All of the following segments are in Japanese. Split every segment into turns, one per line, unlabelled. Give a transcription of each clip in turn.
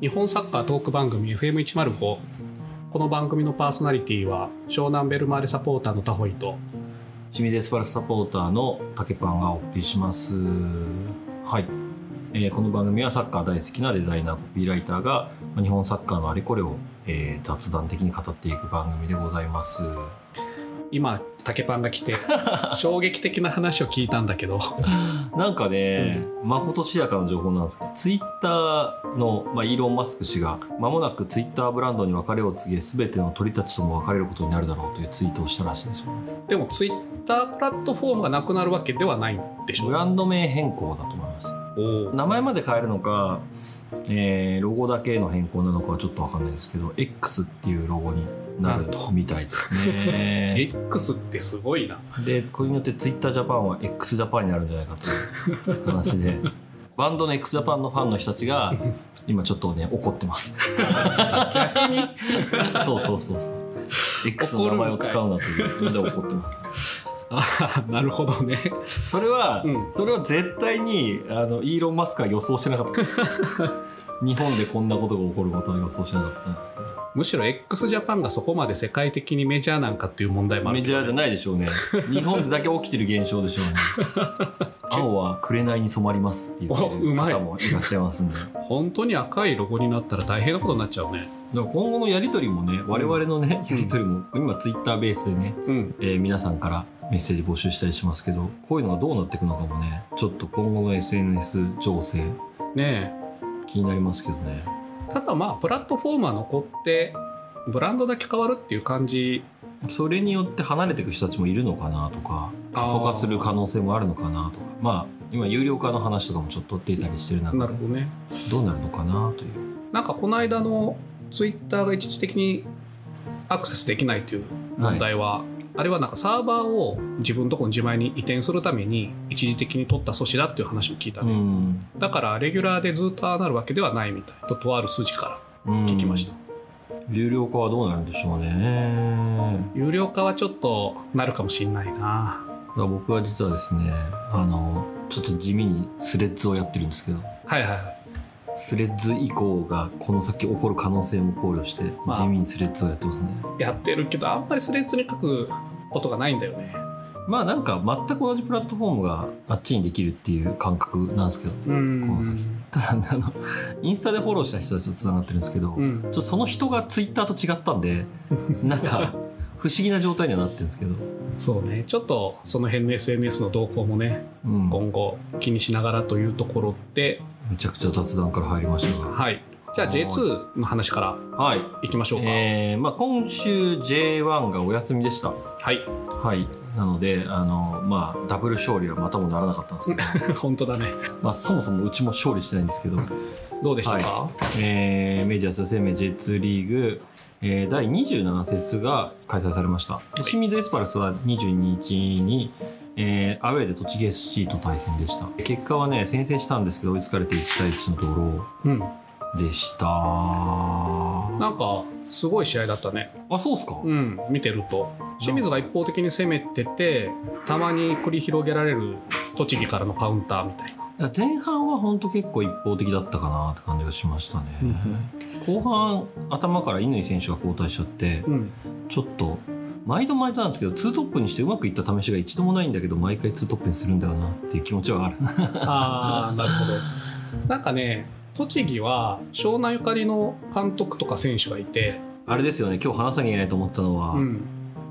日本サッカートーク番組 FM105 この番組のパーソナリティは湘南ベルマーレサポーターのタホイと
清水エスパルスサポーターの竹パンがお送りします。はい。えーこの番組はサッカー大好きなデザイナー、コピーライターがまあ日本サッカーのあれこれを、えー雑談的に語っていく番組でございます。
今竹パンが来 て衝撃的な話を聞いたんだけど
なんかね、まことしやかな情報なんですけど、ツイッターの、まあ、イーロン・マスク氏が、まもなくツイッターブランドに別れを告げ、すべての鳥たちとも別れることになるだろうというツイートをしたらしいんですよね。
でもツイッタープラットフォームがなくなるわけではないんでしょ
ブランド名変更だと思います。
おー
名前まで変えるのか、えーロゴだけの変更なのかはちょっとわかんないですけど X っていうロゴになる
なんと
みたいで すね
X ってすごいな
でこれによって TwitterJapan は XJapan になるんじゃないかという話 でバンドの XJapan のファンの人たちが今ちょっとね怒ってます
逆に
そうそうそうそう X の名前を使うなというので怒ってます
ああなるほどね
それは、
うん
それは絶対にあのイーロン・マスクは予想してなかった 日本でこんなことが起こることは予想してなかったんですけど
むしろ x ジャパンがそこまで世界的にメジャーなんかっていう問題もあ
メ
る
ジャーじゃないでしょうね。日本でだけ起きてる現象でしょう ね。青は紅に染まりますっていう
おうまい
方もいらっしゃいますんで。だか
本当に赤いロゴになったら大変なことになっちゃうね
ら今後のやりとりもね、我々のね、やりとりも、今ツイッターベースでね、
うん
えー皆さんからメッセージ募集したりしますけど、こういうのがどうなっていくのかもね、ちょっと今後の SNS 情勢、
ねえ
気になりますけどね。
ただまあプラットフォームは残ってブランドだけ変わるっていう感じ
それによって離れていく人たちもいるのかなとか、過疎化する可能性もあるのかなとか、まあ、今有料化の話とかもちょっと出たりしてる中
な
で
る、ほどね
どうなるのかなという。
なんかこの間のツイッターが一時的にアクセスできないという問題は、あれはなんかサーバーを自分のとこの自前に移転するために一時的に取った措置だっていう話も聞いた
う
ね、
ん、
だからレギュラーでずっとああなるわけではないみたいととある筋から聞
聞
きました、
有料化はどうなるんでしょうね
有料化はちょっとなるかもしんないな
だから僕は実はですねあのちょっと地味にスレッズをやってるんですけど
はいはいはい
スレッズ以降がこの先起こる可能性も考慮して
まあ
地味にスレッズをやってますね、
やってるけどあんまりスレッズに書くことがないんだよね
まあなんか全く同じプラットフォームがあっちにできるっていう感覚なんですけど
うん
この先ただあのインスタでフォローした人たちとつながってるんですけど、
う
ちょ
ん
っとその人がツイッターと違った んでなんか不思議な状態にはなってるんですけど、
そうねちょっとその辺の SNS の動向もね
うん、め
今後気にしながらというところで
ちゃくちゃ雑談から入りましたが
はいじゃあ
はい
J2 の話から
はい
いきましょうか、
えーまあ、今週 J1 がお休みでした。
はい
はい。なので、あの、まあ、ダブル勝利はまたもならなかったんですけど、
本当だね
まあ、そもそもうちも勝利してないんですけど、
どうでしたか、
えーメジャー生命 J2 リーグ、えー第27節が開催されました。清水エスパルスは22日に、えーアウェーで栃木 SC と対戦でした。結果はね、先制したんですけど、追いつかれて1対1のド
うん
ローでした。あ、
なんかすごい試合だったね
そうっすか、
うん見てると清水が一方的に攻めててたまに繰り広げられる栃木からのカウンターみたいな、
いや前半は本当結構一方的だったかなって感じがしましたね、後半頭から乾選手が交代しちゃって
うん
ちょっと毎度毎度なんですけど2トップにしてうまくいった試しが一度もないんだけど毎回2トップにするんだよなっていう気持ちは ある
あ あなるほどなんかね栃木は湘南ゆかりの監督とか選手がいて、
あれですよね今日話さなきゃいけないと思ってたのは、
うん、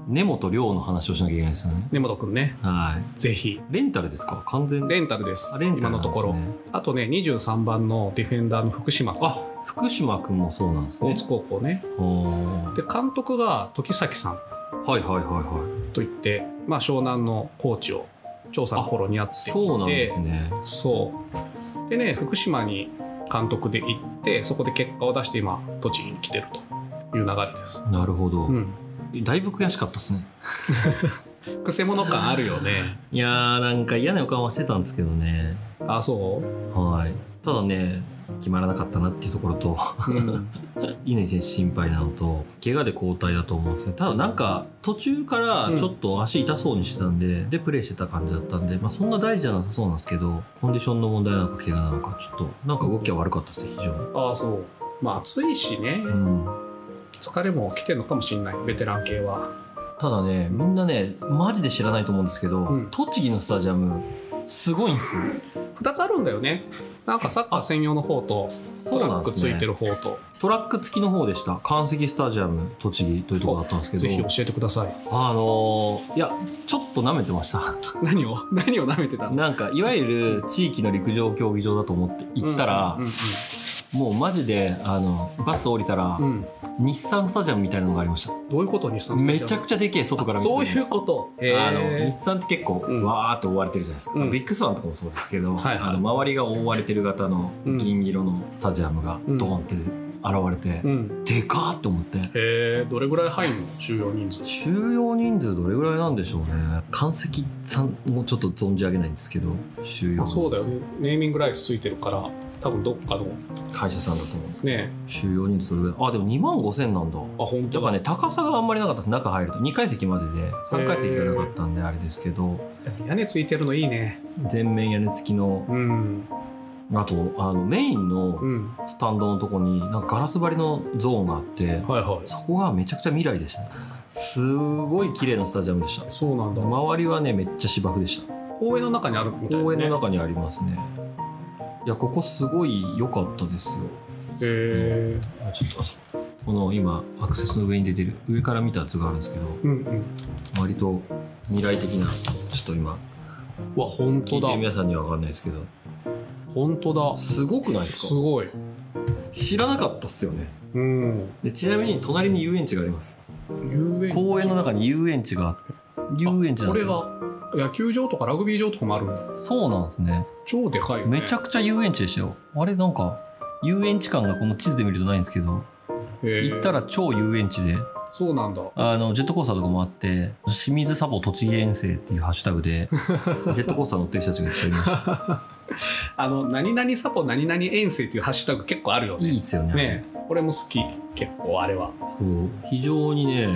根本亮の話をしなきゃいけないですよね
根本君ね
はい
ぜひ
レンタルですか完全に
レンタルです
あレンタ
今
ルな
の
んです
と
ね
ころあとね23番のディフェンダーの福島君
あ福島君もそうなんです
大
ね
津高校ね
おー
で監督が時崎さん
はいはいはいはい
といって、まあ、湘南のコーチを調査の頃にやっていて
そうなんですね
そうでね福島に監督で行ってそこで結果を出して今栃木に来てるという流れです、
なるほど、
うん、
だいぶ悔しかったですね
くせ者感あるよね
いやーなんか嫌な予感はしてたんですけどね
あそう、
はいただね決まらなかったなっていうところと
うん、
乾選手心配なのと怪我で交代だと思うんですけどただなんか途中からちょっと足痛そうにしてたんで、でプレーしてた感じだったんで、まあ、そんな大事じゃなさそうなんですけどコンディションの問題なのか怪我なのかちょっとなんか動きは悪かったですね非常に
あそうまあ暑いしね、
うん
疲れも来てるのかもしれないベテラン系は
ただねみんなねマジで知らないと思うんですけど、
うん
栃木のスタジアムすごいんですよ
2つあるんだよねなんかサッカー専用の方とト
う
ラ
な
ッ
んで
ク
す
つ
ね
いてる方と、
トラック付きの方でした関石スタジアム栃木というところだったんですけど
ぜひ教えてください
あのーいやちょっと舐めてました
何を何を舐めてたの
なんかいわゆる地域の陸上競技場だと思って行ったら、
うんうん
もうマジであのバス降りたら、
うんうん
日産スタジアムみたいなのがありました
どういうことにしたんですか
めちゃくちゃでけえ外から見て
そういうことへ
あの日
え
産って結構
うん
わーっと覆われてるじゃないですか、
うん
ビッグスワンとかもそうですけど、
はいはい
あの周りが覆われてる型の銀色のスタジアムが
うん
ドーンって現れて、
うん
でかーって思って
へえどれぐらい入るの収容人数
収容人数どれぐらいなんでしょうね関石さんもちょっと存じ上げないんですけど収容
あそうだ
よ
よねネーミングライツついてるから多分どっかの
会社さんだと思うんです
ね
収容人数どれぐらいあでも2万5千なんだ
あ本
や
当
っぱ
だ
ね高さがあんまりなかったです中入ると2階席までで3階席がなかったんであれですけど
屋根ついてるのいいね
全面屋根付きの
うん
あとあのメインの
うん
スタンドのとこになんかガラス張りのゾーンがあって
はいはい
そこがめちゃくちゃ未来でしたねすごい綺麗なスタジアムでした
そうなんだ
周りはねめっちゃ芝生でした
公園の中にあるみたいな、ね、
公園の中にありますねいやここすごい良かったですよ
へえ
あちょっとあそうこの今アクセスの上に出てる上から見た図があるんですけど
うんうん
割と未来的なちょっと今
うわ本
聞
当
いてる
だ
皆さんには分かんないですけど
本当だ
すごくないです
す
か
ごい
知らなかったっすよね
うん
でちなみに隣に遊園地があります
遊園
公園の中に遊園地が遊園地なん
こ
で
れ
すよ
が野球場とかラグビー場とかもあるんだ
そうなんですね
超でかいよね
めちゃくちゃ遊園地でしたよあれなんか遊園地感がこの地図で見るとないんですけど
へえ
行ったら超遊園地で
そうなんだ
あのジェットコースターとかもあって「清水サポ栃木遠征」っていうハッシュタグ でジェットコースター乗ってる人たちがいっぱいいました
あの何々サポ何々遠征っていうハッシュタグ結構あるよね
いいっすよね
ねえこれも好き結構あれは
そう非常にね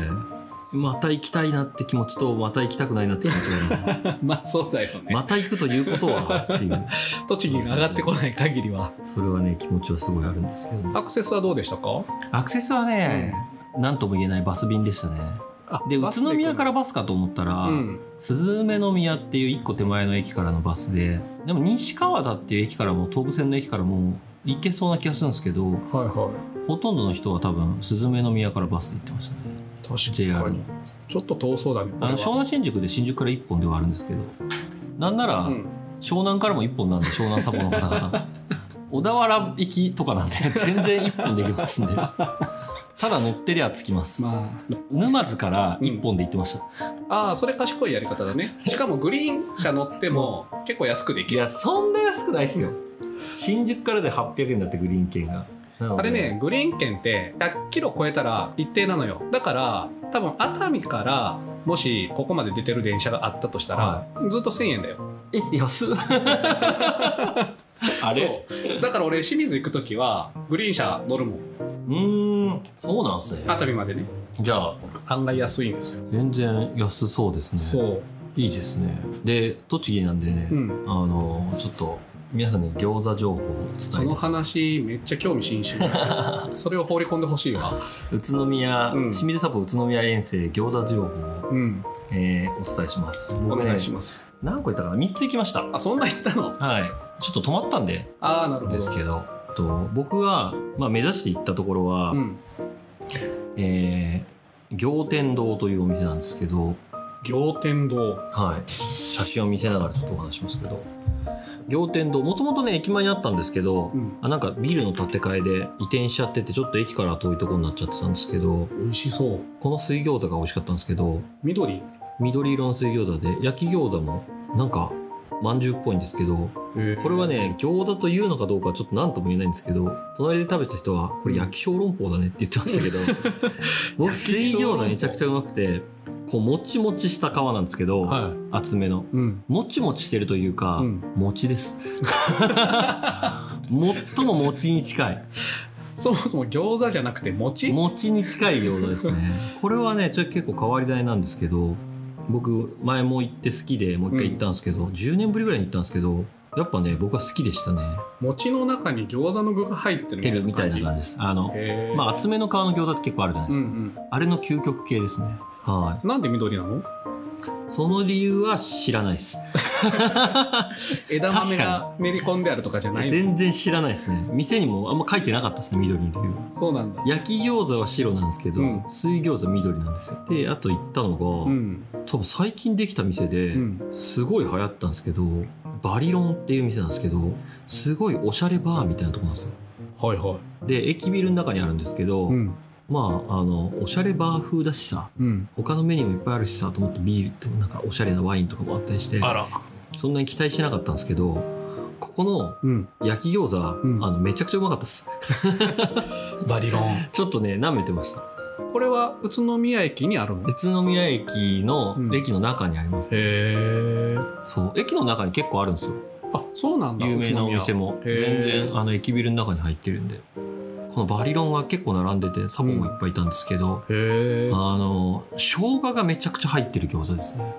また行きたいなって気持ちとまた行きたくないなって気持ちがある
まあそうだよね、
また行くということはっていう
栃木が上がってこない限りは
それはね気持ちはすごいあるんですけど
アクセスはどうでしたか
アクセスはね、なんとも言えないバス便でしたねで宇都宮かららバスかと思ったら、
うん
鈴梅の宮っていう1個手前の駅からのバスででも西川田っていう駅からも東武線の駅からも行けそうな気がするんですけど
はいはい
ほとんどの人は多分鈴梅の宮からバスで行ってましたね
確か
JR
に
の
ちょっと遠そうだね
あの湘南新宿で新宿から1本ではあるんですけどなんなら、
うん
湘南からも1本なんで湘南サポの方々小田原行きとかなんて全然1本で行きますんでただ乗ってりゃ着きます、
ま
沼津から1本で行ってました、
あああそれ賢いやり方だねしかもグリーン車乗っても結構安くで
い
きる
やそんな安くないっすよ新宿からで800円だってグリーン券がなの
あ
で
れねグリーン券って100キロ超えたら一定なのよだから多分熱海からもしここまで出てる電車があったとしたら、
は
ずっと1000円だよ
え安っ あれ
そうだから俺清水行く時はグリーン車乗るもん
うーんそうなんすね
熱海までね
じゃあ
案外安いんですよ、
全然安そうですね
そう
いいですねで栃木なんでね、
うん
あのちょっと皆さんに餃子情報を伝えて
その話めっちゃ興味津 々それを放り込んでほしいわ
宇都宮、
うん
清水サポ宇都宮遠征餃子情報を、
うん
えーお伝えします
お
僕ね
願いします
何個行ったかな3つ行きました
あそんな言ったの
はいちょっと止まったんで
ああなるほど
ですけどと僕が、まあ、目指して行ったところは、
うん、
えー仰天堂というお店なんですけど、
仰天堂
はい、写真を見せながらちょっとお話しますけど仰天堂もともとね駅前にあったんですけど、
うん
あなんかビルの建て替えで移転しちゃっててちょっと駅から遠いとこになっちゃってたんですけど
美味しそう
この水餃子が美味しかったんですけど
緑へ
緑色の水餃子で焼き餃子もなんかまんじゅうっぽいんですけど
え
これはね餃子というのかどうかはちょっと何とも言えないんですけど隣で食べた人はこれ焼き小籠包だねって言ってましたけど 僕水餃子めちゃくちゃうまくてこうもちもちした皮なんですけど、
は
厚めの
いうん
もちもちしてるというか、
うん
餅です 最も餅に近い
そもそも餃子じゃなくて餅
餅に近い餃子ですね これはねちょっと結構変わり種なんですけど僕前も行って好きでもう一回行ったんですけど、10年ぶりぐらいに行ったんですけどやっぱね、僕は好きでしたね。
餅の中に餃子の具が入って
て
る
る
み
み
た
た
い
い
な感
な感
じ
じです。あの、
へー
まあ厚めの皮の餃子って結構あるじゃないで
う
すか。
ん
あれの究極系ですね。は
うん、なんで緑なの
い。その理由は知らないです。
枝豆が練り込んであるとかじゃないの
全然知らないですね。店にもあんま書いてなかったですね、緑の理由。
そうなんだ、
焼き餃子は白なんですけど、
うん
水餃子緑なんですよ。で、あと行ったのが、
うん
多分最近できた店で、
うん、
すごい流行ったんですけどバリロンっていう店なんですけどすごいおしゃれバーみたいなとこなんですよ
はいはい、
で駅ビルの中にあるんですけど、
うん
まああのおしゃれバー風だしさ
うん、
他のメニューもいっぱいあるしさと思ってビールとなんかおしゃれなワインとかもあったりして
あら、
そんなに期待してなかったんですけどここの
うん、
焼き餃子、
ん
あのめちゃくちゃうまかったです
バリロン
ちょっとね舐めてました
これは宇都宮駅にあるのへ
宇都宮駅の
うん
駅の中にあります、
え
そう駅の中に結構あるんですよ
あそうなんだ
有名なお店
も
も
宇都宮へ
全
ー
然あの駅ビルの中に入ってるんでこのバリロンは結構並んでてサボもいっぱいいたんですけど、
へえ
あの生姜がめちゃくちゃ入ってる餃子ですね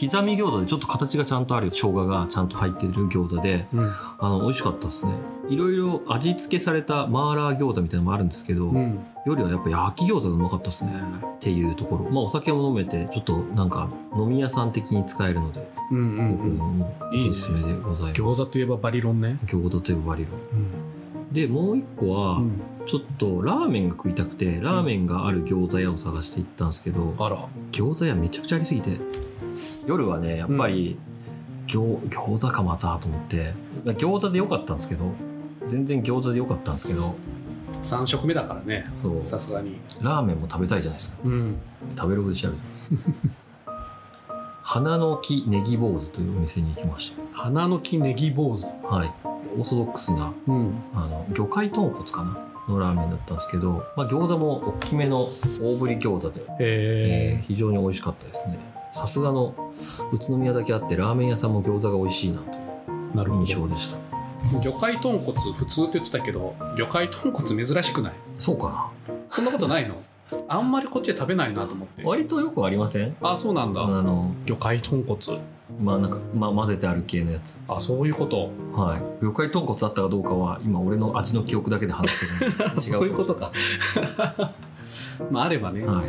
刻み餃子でちょっと形がちゃんとある生姜がちゃんと入ってる餃子で
うん
あの美味しかったですねいろいろ味付けされたマーラー餃子みたいなのもあるんですけど、
うん
よりはやっぱ焼き餃子がうまかったですねっていうところまあお酒も飲めてちょっとなんか飲み屋さん的に使えるので
うんう
僕
んうん
もおすすめでございます
餃子といえばバリロンね
餃子といえばバリロン
うん
でもう一個は
うん
ちょっとラーメンが食いたくてラーメンがある餃子屋を探して行ったんですけど、
あら
餃子屋めちゃくちゃありすぎて夜はねやっぱり餃餃子かまたと思って餃子でよかったんですけど全然餃子でよかったんですけど
3食目だからね
そう
さすがに
ラーメンも食べたいじゃないですか
うん
食べログで調べて 花の木ネギ坊主というお店に行きまし
花の木ネギ坊主
たはいオーソドックスな
うん
あの魚介豚骨かなのラーメンだったんですけど、まあ、餃子も大きめの大ぶり餃子で、え
へ
ー非常に美味しかったですねさすがの宇都宮だけあってラーメン屋さんも餃子が美味しいなとい
えなる
う
ほ
印象
ど
でした
魚介豚骨普通って言ってたけど魚介豚骨珍しくない
そうか
そんなことないのあんまりこっちで食べないなと思って
な割とよくありません
あそうなん
あ
だ
の
魚介豚骨
まあなんか、まあ、混ぜてある系のやつ
あそういうこと
はい魚介豚骨あったかどうかは今俺の味の記憶だけで話してるんで違 う
そういうことかまああればね、、
は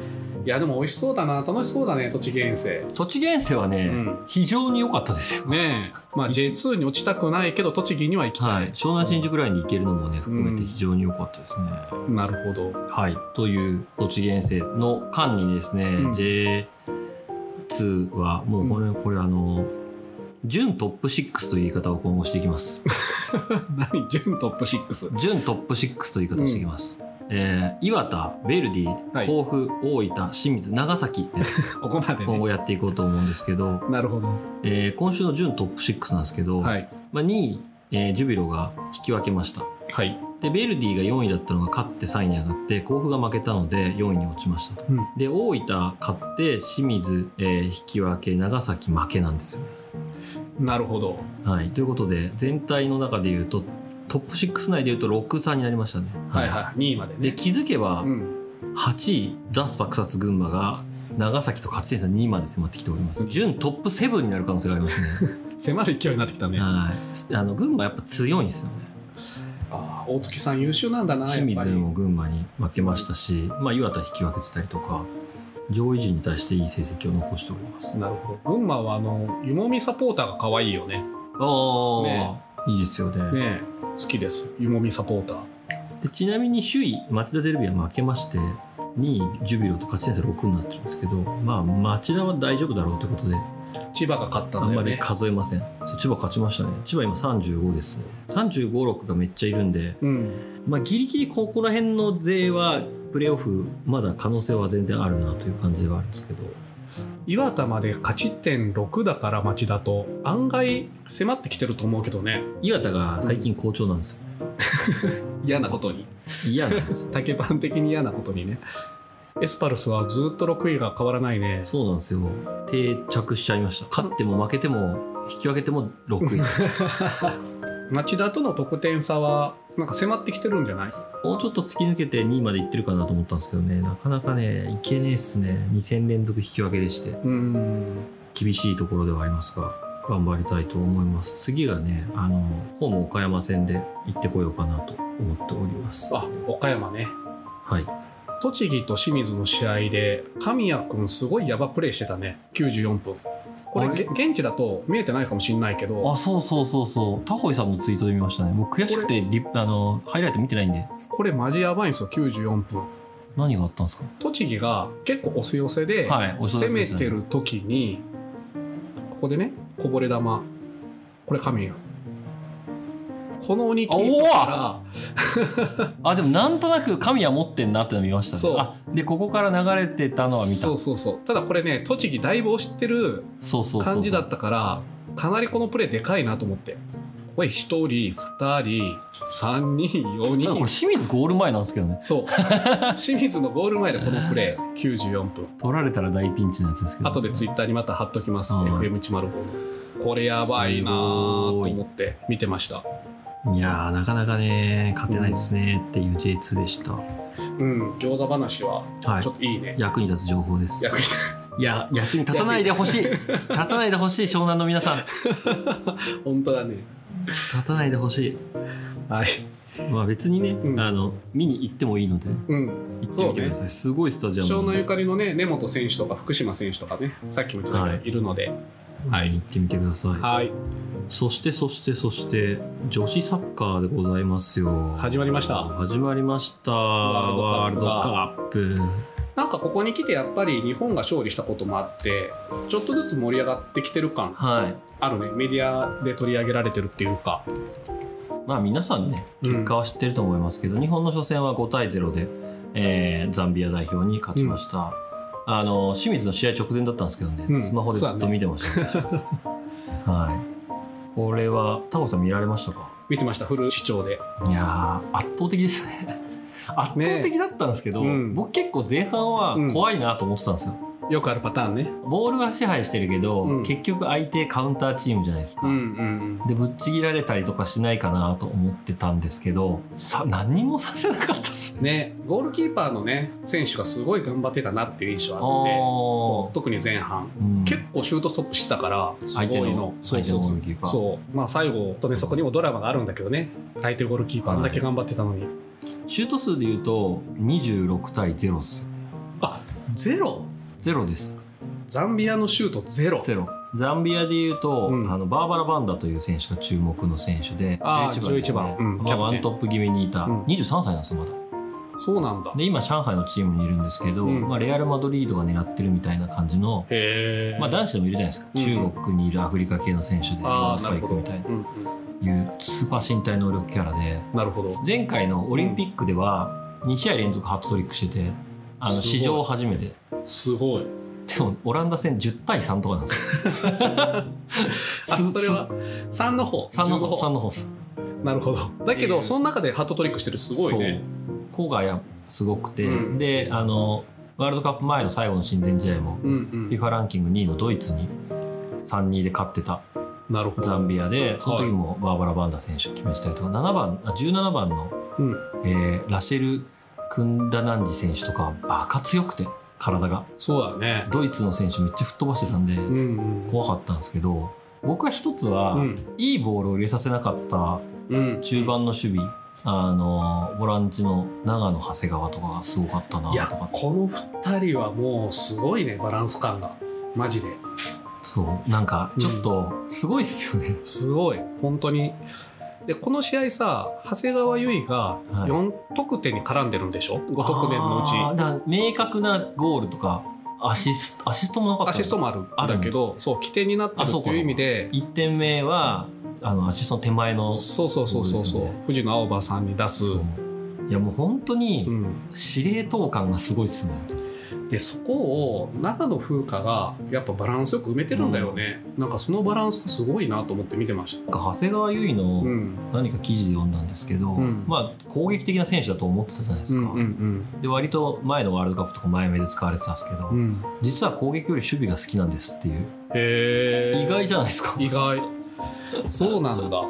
い
やでも美味しそうだな楽しそうだね栃木遠征
い、栃木遠征はね、
うん
非常に良かったですよ
ねえまあ J2 に落ちたくないけど栃木には行きたい、
はい、湘南新宿ラインに行けるのもね含めて
うん
非常に良かったですね、
なるほど
はい、という栃木遠征の間にですね、
うん
J2 はもうこれ,、これあの準トップ6という言い方を今後していきます
何準トップ6
準トップ6という言い方をしていきます、えー岩田ベルデ
はい
ィ甲府、大分清水長崎で
ここま で、
今
ね、
後やっていこうと思うんですけど、
なるほど
えー今週の準トップ6なんですけど、
はい
まあ、2位、えージュビロが引き分けました
はい、
でベルディが4位だったのが勝って3位に上がって甲府が負けたので4位に落ちましたと
うん、
で大分勝って清水、えー引き分け長崎負けなんですよね。
なるほど
はい、ということで全体の中でいうとトップ6内でいうと6差になりましたね。
はいはい2位までね
で気づけば
うん、
8位ザスパ草津群馬が長崎と勝ち点差2まで迫ってきております準トップ7になる可能性がありま すね
迫る勢いになってきたね、あ
はいすあの群馬やっぱ強いんですよね
あ大月さん優秀なんだなやっぱ
清
り
水も群馬に負けましたし、まあ、岩田引き分けてたりとか上位陣に対していい成績を残しております
なるほど群馬はあの湯もみサポーターが可愛いよね
あ
あ
いいですよね
ねえ好きです湯もみサポーター
でちなみに首位町田ゼルビア負けまして2位ジュビロと勝ち点差6になってるんですけど、まあ、町田は大丈夫だろうということで
千葉が勝った
あ
ん
ん
だ
ま
よ
り
ね
数えません、そう千葉勝ちましたね千葉今35ですね356がめっちゃいるんで、
うん
まあ、ギリギリここら辺の勢はプレーオフまだ可能性は全然あるなという感じではあるんですけど
岩田まで勝ち点6だから町だと案外迫ってきてると思うけどね
岩田が最近好調なんですよ
嫌なことに
嫌なんですよ
竹パン的に嫌なことにねエスパルスはずっと6位が変わらないね
そうなんですよ定着しちゃいました勝っても負けても引き分けても6位
町田との得点差はなんか迫ってきてるんじゃない
もうちょっと突き抜けて2位までいってるかなと思ったんですけどね、なかなかね、いけねえっすね。2戦連続引き分けでして、
うん
厳しいところではありますが、頑張りたいと思います。次がね、あの、ホーム岡山戦で行ってこようかなと思っております。
あ岡山ね
はい。
栃木と清水の試合で神谷君すごいヤバプレーしてたね94分これ
あれ
げ現地だと見えてないかもしれないけど
あ、そうそうそうそう。タホイさんのツイートで見ましたね。僕悔しくてリ、あの、ハイライト見てないんで、
これマジやばいんですよ94分
何があったんですか
栃木が結構押せ寄せで
はい押
攻
せ寄せで
め
すね
てる時にここでねこぼれ球これ神谷この鬼キープから
あ、でもなんとなく神は持ってんなっての見ましたね。
そう
あ、で、ここから流れてたのは見た。
そ
そう
うそうそうただこれね栃木だいぶ押してる
そうそう
感じだったからかなりこのプレーでかいなと思ってこれ1人2人3人4
ただこれ
人
清水ゴール前なんですけどね。
そう 清水のゴール前でこのプレー94分
取られたら大ピンチのやつですけど。
後でツイッターにまた貼っときます、
はい
FM105 のこれやばいなーと思って見てました
いやー、なかなかね、勝てないですねっていう J2 でした。
うん餃子話は
はい
ちょ。っといいね、
役に立つ情報です。
役に立
いや、役に立たないで ほしい。立たないでほしい、湘南の皆さん。
つ本当だね
立たないでほし
はい
い。まあ別にね、
うん
あの、見に行ってもいいので、
うん
行ってみてください。すごいスタジアム
湘
なんで。
南ゆかりのね根本選手とか福島選手とかねさっきも言ったけどいるので
はい、行ってみてください。
はい
そして、そして、そして、女子サッカーでございますよ。
始まりました
始まりました。
ワ
ワ
ー
ー
ル
ル
ド
ド
カ
カップ。
なんかここに来てやっぱり日本が勝利したこともあってちょっとずつ盛り上がってきてる感
はい。
あるねメディアで取り上げられてるっていうか、
まあ皆さんね、
うん
結果は知ってると思いますけど、日本の初戦は5対0で、えーザンビア代表に勝ちました、あの清水の試合直前だったんですけどね、
うん
スマホでずっと見てました、はいこれはタコさん見られましたか
見てましたフル視聴で
いやー圧倒的ですね 圧倒的だったんですけど、
うん
僕結構前半は怖いなと思ってたんですよ、
よくあるパターンね
ボールは支配してるけど、
うん
結局相手カウンターチームじゃないですか、
うんうん
でぶっちぎられたりとかしないかなと思ってたんですけどさ何にもさせなかったっす
うんねゴールキーパーのね選手がすごい頑張ってたなっていう印象あってそう特に前半
うん
結構シュートストップしてたからすごいの
相手の
そう
相手
そうそ
のゴー
う
ルキーパー
そうまあ最後とねそこにもドラマがあるんだけどね相手ゴールキーパーあんだけ頑張ってたのに、
シュート数でいうと26対0です
あゼロ
ゼロです
ザンビアのシュートゼロ
ゼロザンビアでいうと、
うん
あのバーバラ・バンダという選手が注目の選手で
あー
ですね
11番うんキャプ
ま
テ
あ、
ン
ワントップ気味にいた、
うん
23歳なんですよまだ
そうなんだ
で今上海のチームにいるんですけど、
うん
まあ、レアル・マドリードが狙ってるみたいな感じの、
へえ
まあ、男子でもいるじゃないですか、
うん
中国にいるアフリカ系の選手でヨー
あ
ロ
あ
ッ
な
パ
る
行
ほ
く
ど、
みたいな
うん
いうスーパー身体能力キャラで
うんなるほど
前回のオリンピックでは2試合連続ハットトリックしててあの
すごい
史上初めて
すごい
でもオランダ戦10対3とかなん ですよ
あそれは3の方
3の
15
方3の方です
なるほどだけど、
えー
その中でハットトリックしてるすごいね
そう子がやすごくて、
うん
であのワールドカップ前の最後の親善試合も、
うん
FIFA ランキング2位のドイツに3-2で勝ってた
うんなるほど
ザンビアでその時もバーバラ・バンダ選手決めしたりとか7番あ17番の、
うん
えーラシェル・クンダナンジ選手とかはバカ強くて体が
そうだね
ドイツの選手めっちゃ吹っ飛ばしてたんで、
うんうん
怖かったんですけど僕は一つは、
うん
いいボールを入れさせなかった
うん
中盤の守備、あのボランチの長野長谷川とかがすごかったない
や
とか
この2人はもうすごいねバランス感がマジで
そうなんかちょっとすごいっすよね、
すごい本当にでこの試合さ長谷川唯が
はい
4得点に絡んでるんでしょ、5得点のうち
あーだから明確なゴールとかアシスアシストもなかった
アシストもあるんだけどそう起点になってる
あそう
っ
か
ていう意味で
1点目はあのアシストの手前の
そうそうそうそう
そ
そう
うですね
藤野青葉さんに出す
そう
う、
いやもう本当に
ん、
司令塔感がすごいっすね、
でそこを長野風花がやっぱバランスよく埋めてるんだよね、なんかそのバランスがすごいなと思って見てまし
なんか長谷川唯の、
た、うん、
何か記事で読んだんですけど、
うん
まあ攻撃的な選手だと思ってたじゃないで
う
すか、
んうん
で割と前のワールドカップとか前目で使われてたんですけど、
うんうん
実は攻撃より守備が好きなんですっていう
へえ
意外じゃないですか
意外そうなんだ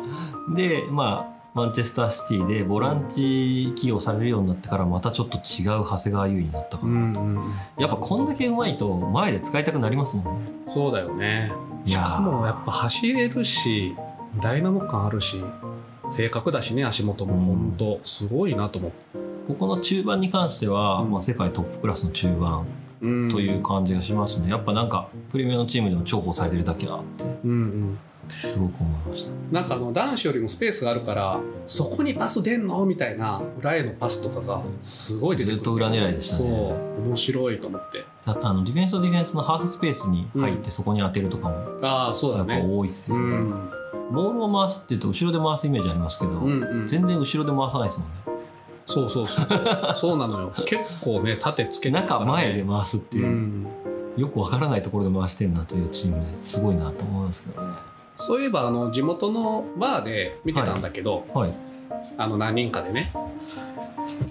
でまあマンチェスターシティでボランチ起用されるようになってからまたちょっと違う長谷川優になったか
う
ら、
んうん
やっぱこんだけうまいと前で使いたくなりますもんね
そうだよねしかもやっぱ走れるしダイナモ感あるし正確だしね足元も本当すごいなと思って、
ここの中盤に関しては、
うん
まあ、世界トップクラスの中盤
うん
という感じがしますねやっぱなんかプレミアのチームでも重宝されてるだけだって
うんうん
すごく思いました
なんかあの男子よりもスペースがあるからそこにパス出んのみたいな裏へのパスとかがすごい出てくる
ずっと裏狙いでしたね
そう面白いと思って
だあのディフェンスとディフェンスのハーフスペースに入ってそこに当てるとかも
ああそう
や
だ
っぱ
ね
多いっす
う
よね、
ん
ボールを回すっていうと後ろで回すイメージありますけど、
うんうん
全然後ろで回さないですもんね
そうそうそうそうそうな のよ結構ね縦つけてるから
中前で回すって
う
いう、
ん
よくわからないところで回してるなというチームですごいなと思うんですけどね
そういえばあの地元のバーで見てたんだけど、
はい
あの何人かでね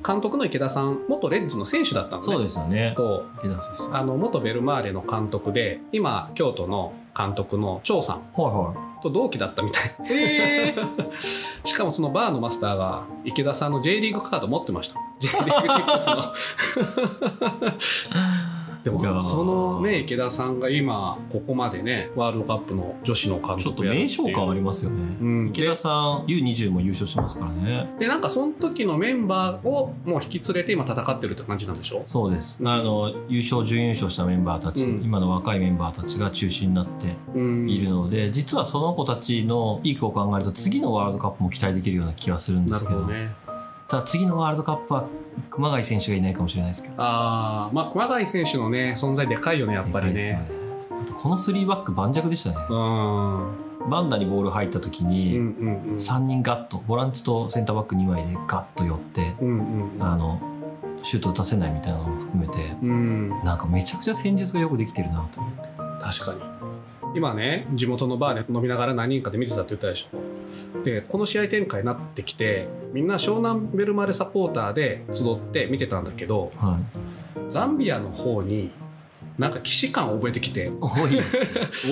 監督の池田さん元レッズの選手だったのね
そうですよね
と
池田選手はい
あの元ベルマーレの監督で今京都の監督の張さん
は
と同期だったみたい
いええー、
しかもそのバーのマスターが池田さんの J リーグカード持ってました J リーグチップ スの
い
で
やー
もそのね池田さんが今ここまでねワールドカップの女子の監
ちょっと
督やるってい
名
う
称感ありますよね、
うん、
池田さん U20 も優勝してますからね
でなんかその時のメンバーをもう引き連れて今戦ってるって感じなんでしょ
そうです、
うん
あの優勝準優勝したメンバーたち、
うん
今の若いメンバーたちが中心になって
うん
いるので、実はその子たちのいい子を考えると次のワールドカップも期待できるような気がするんで
な
す
る
け
ほ
ど
どね
ただ次のワールドカップは熊谷選手がいないかもしれないですけど
あーまあ熊谷選手のね存在でかいよねやっぱり
でか
ね
いですよねやっぱこの3バック盤石でしたね、
うんうん
バンダにボール入った時
うん
に
うん
3人ガッとボランチとセンターバック2枚でガッと寄って
うんうん
あのシュート打たせないみたいなのも含めて
うんうん
なんかめちゃくちゃ戦術がよくできてるなと思って
確かに今ね地元のバーで飲みながら何人かで見てたって言ったでしょでこの試合展開になってきてみんな湘南ベルマーレサポーターで集って見てたんだけど
はい
ザンビアの方になんか既視感を覚えてきて
おい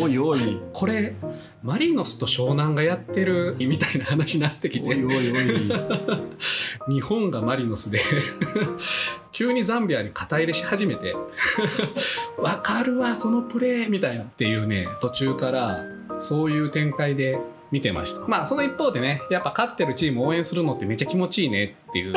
おいおい
これマリノスと湘南がやってるみたいな話になってき
おい
て
おいおい
日本がマリノスで 急にザンビアに肩入れし始めて わかるわそのプレーみたいなっていうね途中からそういう展開で見てましたまあその一方でねやっぱ勝ってるチーム応援するのってめっちゃ気持ちいいねって いう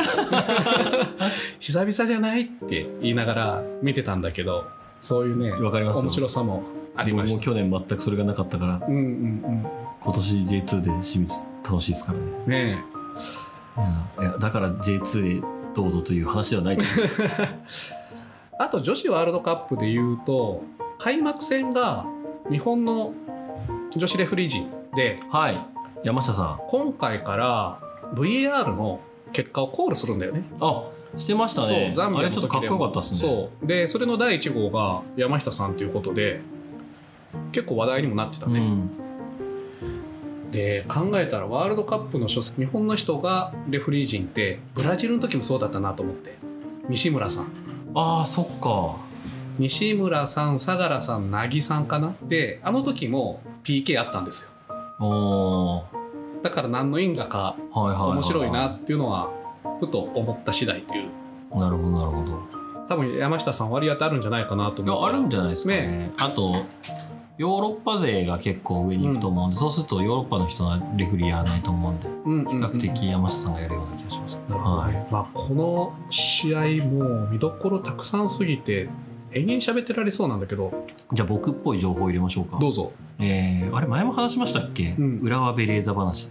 久々じゃないって言いながら見てたんだけどそういうね
わかりますよ
面白さもありま
僕
し
も
た
去年全くそれがなかったから
うんうん
今年 J2 で清水楽しいですからね
うんねえ
いやだから J2 へどうぞという話ではな いと思う
あと女子ワールドカップで言うと開幕戦が日本の女子レフリー陣で
はい山下さん
今回から VAR の結果をコールするんだよね。
あしてましたね
ザンビ
あ
ア
れ
の
ちょっ
時
と
でも
かっこよかったですね
そうでそれの第1号が山下さんということで結構話題にもなってた
う
ね。
ん、
で考えたらワールドカップの初戦日本の人がレフリー陣ってブラジルの時もそうだったなと思って西村さん
ああそっか
西村さん相良さん凪さんかなであの時も PK あったんですよ
おー
だから何の因果か
はいはいはいはい
面白いなっていうのはふと思った次第っていう
なるほどなるほど
多分山下さん割り当てあるんじゃないかなと
い
思う
やあるんじゃないですかね
ね
あとヨーロッパ勢が結構上に行くと思うんで、そうするとヨーロッパの人のレフェリーやらないと思うんで比
うんうんうん
較的山下さんがやるような気がします、
なるほど
は
ね
い
まあ、この試合もう見どころたくさんすぎて延々喋ってられそうなんだけど
じゃあ僕っぽい情報入れましょうか
どうぞ
えーあれ前も話しましたっけ、
うん
浦和ベレーザ話、
い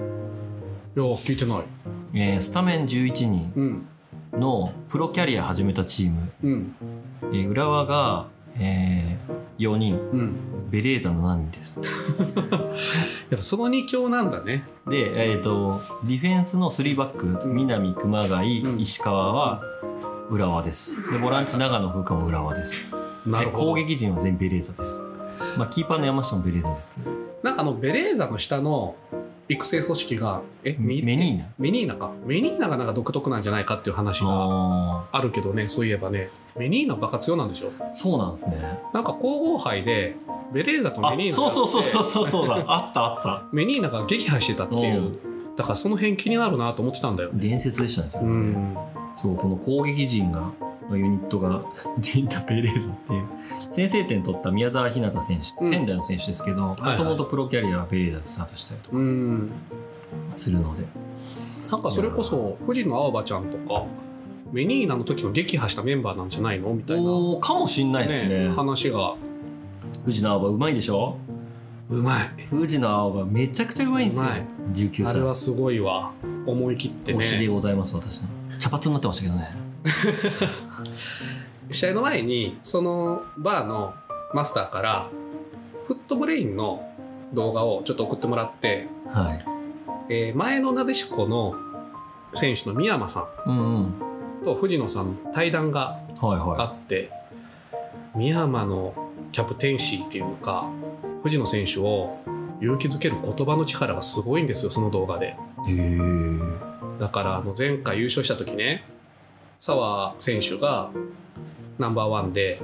や聞いてない
えースタメン11人
うん
のプロキャリア始めたチーム、
うん
えー浦和が、え4人
うん
ベレーザ7人です
やっぱその2強なんだね
で、えー、とディフェンスの3バック、
うん
南熊谷、
うん
石川は浦和ですでボランチ長野風花も浦和です
な
で
るほど
攻撃陣は全ベレーザです、まあ、キーパーの山下もベレーザですけど
なんかあのベレーザの下の育成組織がえ
メ
ミ
メニーナ
メニーナかメニーナがなんか独特なんじゃないかっていう話が
あ
あるけどねそういえばねメニーナバカ強なんでしょ
ーそうなんですね
なんか皇后杯でベレーザと
あ
メニーナが
そうそうそうそう
う
そうそ うだあったあった
メニーナが撃破してたっていうだからその辺気になるなと思ってたんだよ
伝説でしたねそれ
うん
そうこの攻撃陣がのユニットが ディンタ・ペレーザっていう先制点取った宮澤ひなた選手って
うん
仙台の選手ですけども
はいはい
ともとプロキャリアはペレーザでスタートしたりとか
うん
するので
なんかそれこそ富士の青葉ちゃんとかメニーナの時の撃破したメンバーなんじゃないのみたいな、
おーかもしんないです
ね、
ね
話が
藤野青葉うまいでしょ
うまい
藤野青葉めちゃくちゃうまいんですよ
うまい
19
あれ
歳
はすごいわ思い切って
推し
ね
でございます私の茶髪になってましたけどね
試合の前にそのバーのマスターからフットブレインの動画をちょっと送ってもらって、
はい
えー前のなでしこの選手の三山さ
うんうんは
んと藤野さんの対談が
いは
あって三山のキャプテンシーっていうか藤野選手を勇気づける言葉の力がすごいんですよその動画で
いへえ
だからあの前回優勝した時ね澤選手がナンバーワンで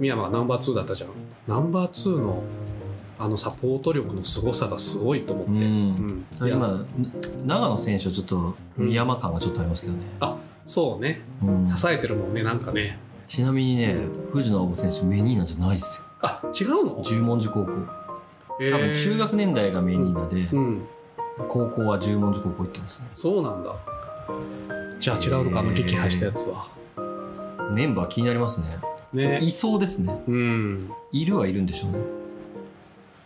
三山がナンバーツーだったじゃんナンバーツーのあのサポート力のすごさがすごいと思って、
う
うん
んそ
い
れ
や
今長野選手はちょっと三山感がちょっとありますけどね、
そうね
うん
支えてるもんねなんかね
ちなみにね
う
藤野青葉選手メニーナじゃないです
あ違う
よ
の
十文字高校
えー
多分中学年代がメニーナで
うん
高校は十文字高校行ってますね
そうなんだじゃあ違うのかあの撃破したやつは
メンバー気になりますね
ね
いそうですね
うん
いるはいるんでしょうね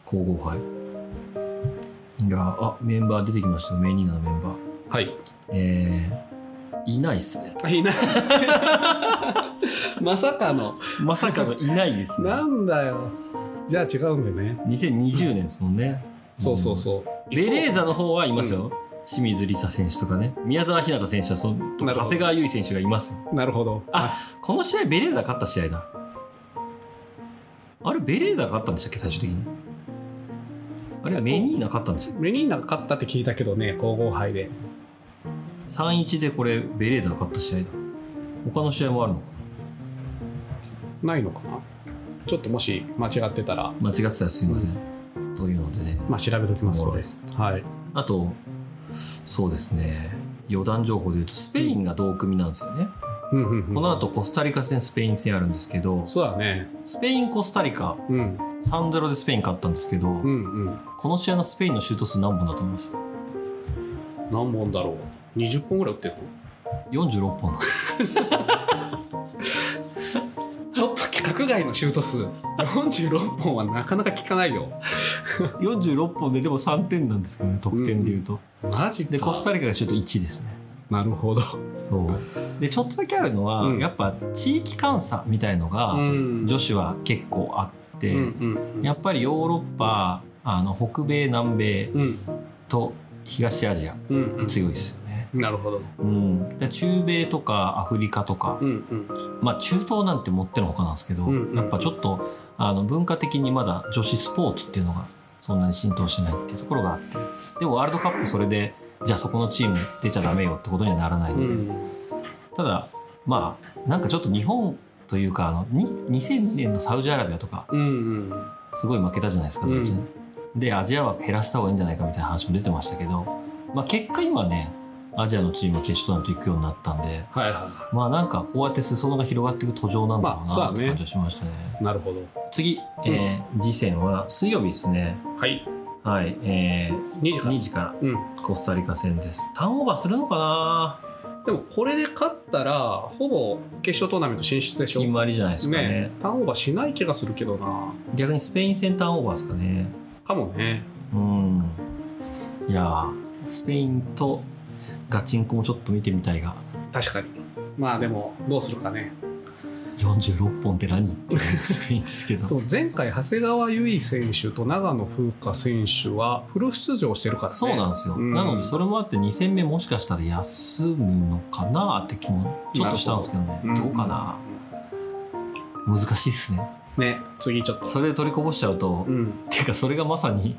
皇后杯いやあメンバー出てきましたよメニーナのメンバー
はい
えー、いないっす ね
あいないまさかの
まさかのいないですね
なんだよじゃあ違うんでね
2020年ですもんね
そうそう
うん
そう
ベレ
ー
ーザの方はいますよ、清水梨紗選手とかね宮澤ひなた選手はその
なるほど
長谷川優衣選手がいますよ
なるほど
あこの試合ベレーザが勝った試合だあれベレーザが勝ったんでしたっけ最終的にあれメニーナ勝ったんでしたっ
メニーナが勝ったって聞いたけどね皇后杯で
け3-1でこれベレーザが勝った試合だ他の試合もあるのか
ないのかなちょっともし間違ってたら、
な間違ってたらすいません、というのでね
まあ、調べときますので
おもろいです
はい
あとそうですね余談情報で言うとスペインが同組なんですよね、
うんうんうん
この後コスタリカ戦スペイン戦あるんですけど
そうだね
スペインコスタリカ
うん
3-0でスペイン勝ったんですけど、
うんうん
この試合のスペインのシュート数何本だと思います
何本だろう20本ぐらい打ってるの
?46 本だ
ちょっと規格外のシュート数46本はなかなか効かないよ
46本ででも3点なんですけどね得点でいうと、
マジか
でコスタリカがシュート1ですね
なるほど、
そうでちょっとだけあるのは、
うん
やっぱ地域監査みたいのが、
うん
女子は結構あっ
う
て、
んうんうん
やっぱりヨーロッパあの北米南米
うん
と東アジア
うんうん
強いですよね、
なるほど
うん、で中米とかアフリカとか、
うんうん
まあ、中東なんてもってのほかなんですけど、
うんうん
やっぱちょっとあの文化的にまだ女子スポーツっていうのがそんなに浸透してないっていうところがあってでもワールドカップそれでじゃあそこのチーム出ちゃダメよってことにはならないの
う
で、
ん
ただまあなんかちょっと日本というかあのに2000年のサウジアラビアとか
うん
すごい負けたじゃないですかドイツに、でアジア枠減らした方がいいんじゃないかみたいな話も出てましたけど、まあ、結果今ねアジアのチームは決勝トーナメント行くようになったんで
はいは
まあなんかこうやって裾野が広がっていく途上なんだろう
まあ
な
そう
っ
だ
て
ね
感じがしましたね。
いなるほど
次、えー次戦は水曜日ですね。
はい
はい、えー
2時から
2時か
うん
らコスタリカ戦です。ターンオーバーするのかな
でもこれで勝ったらほぼ決勝トーナメント進出でしょ
決まりじゃないですかね。
ねターンオーバーしない気がするけどな
逆にスペイン戦ターンオーバーですかね。
かもね
うん。いやースペインとガチンコもちょっと見てみたいが、
確かにまあでもどうするかね
46本って何っていうスペインですけど。
でも前回長谷川唯衣選手と長野風花選手はフル出場してるからね
そう
だ
なんですよ、
うん
なのでそれもあって2戦目もしかしたら休むのかなって気もちょっとしたんですけどね
なる
ど
ほど
うかな、難しいっすね
ね次ちょっと
それで取りこぼしちゃうと、
うん
ていうかそれがまさに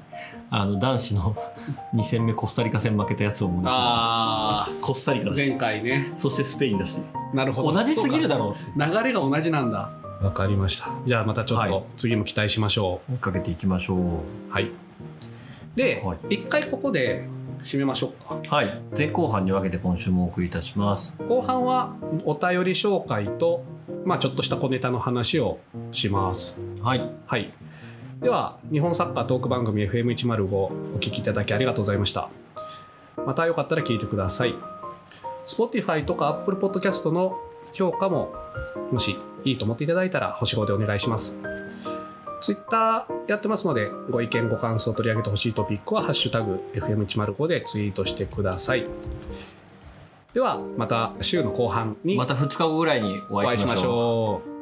あの男子の 2戦目コスタリカ戦負けたやつを思い出しま
あ
したコスタリカだ
ー
し
前回ね
そしてスペインだし
なるほど
同じすぎるだ
ろ
ろ
流れが同じなんだわかりましたじゃあまたちょっ
は
と
い
次も期待しましょ
う追っかけていきましょう
うはい、で、
はい
一回ここで締めましょうか
はい前後半に分けて今週もお送りいたします
後半はお便り紹介とまあ、ちょっとした小ネタの話をします。
はい。
はい、では日本サッカートーク番組 FM105 お聞きいただきありがとうございましたまたよかったら聞いてください Spotify とか Apple Podcast の評価ももしいいと思っていただいたら星5でお願いします Twitter やってますのでご意見ご感想取り上げてほしいトピックは「ハッシュタグ #FM105」でツイートしてくださいではまた週の後半に
また2日後ぐらいにお
お
会
会
い
いし
しま
ま
し
し
ょう。
ょう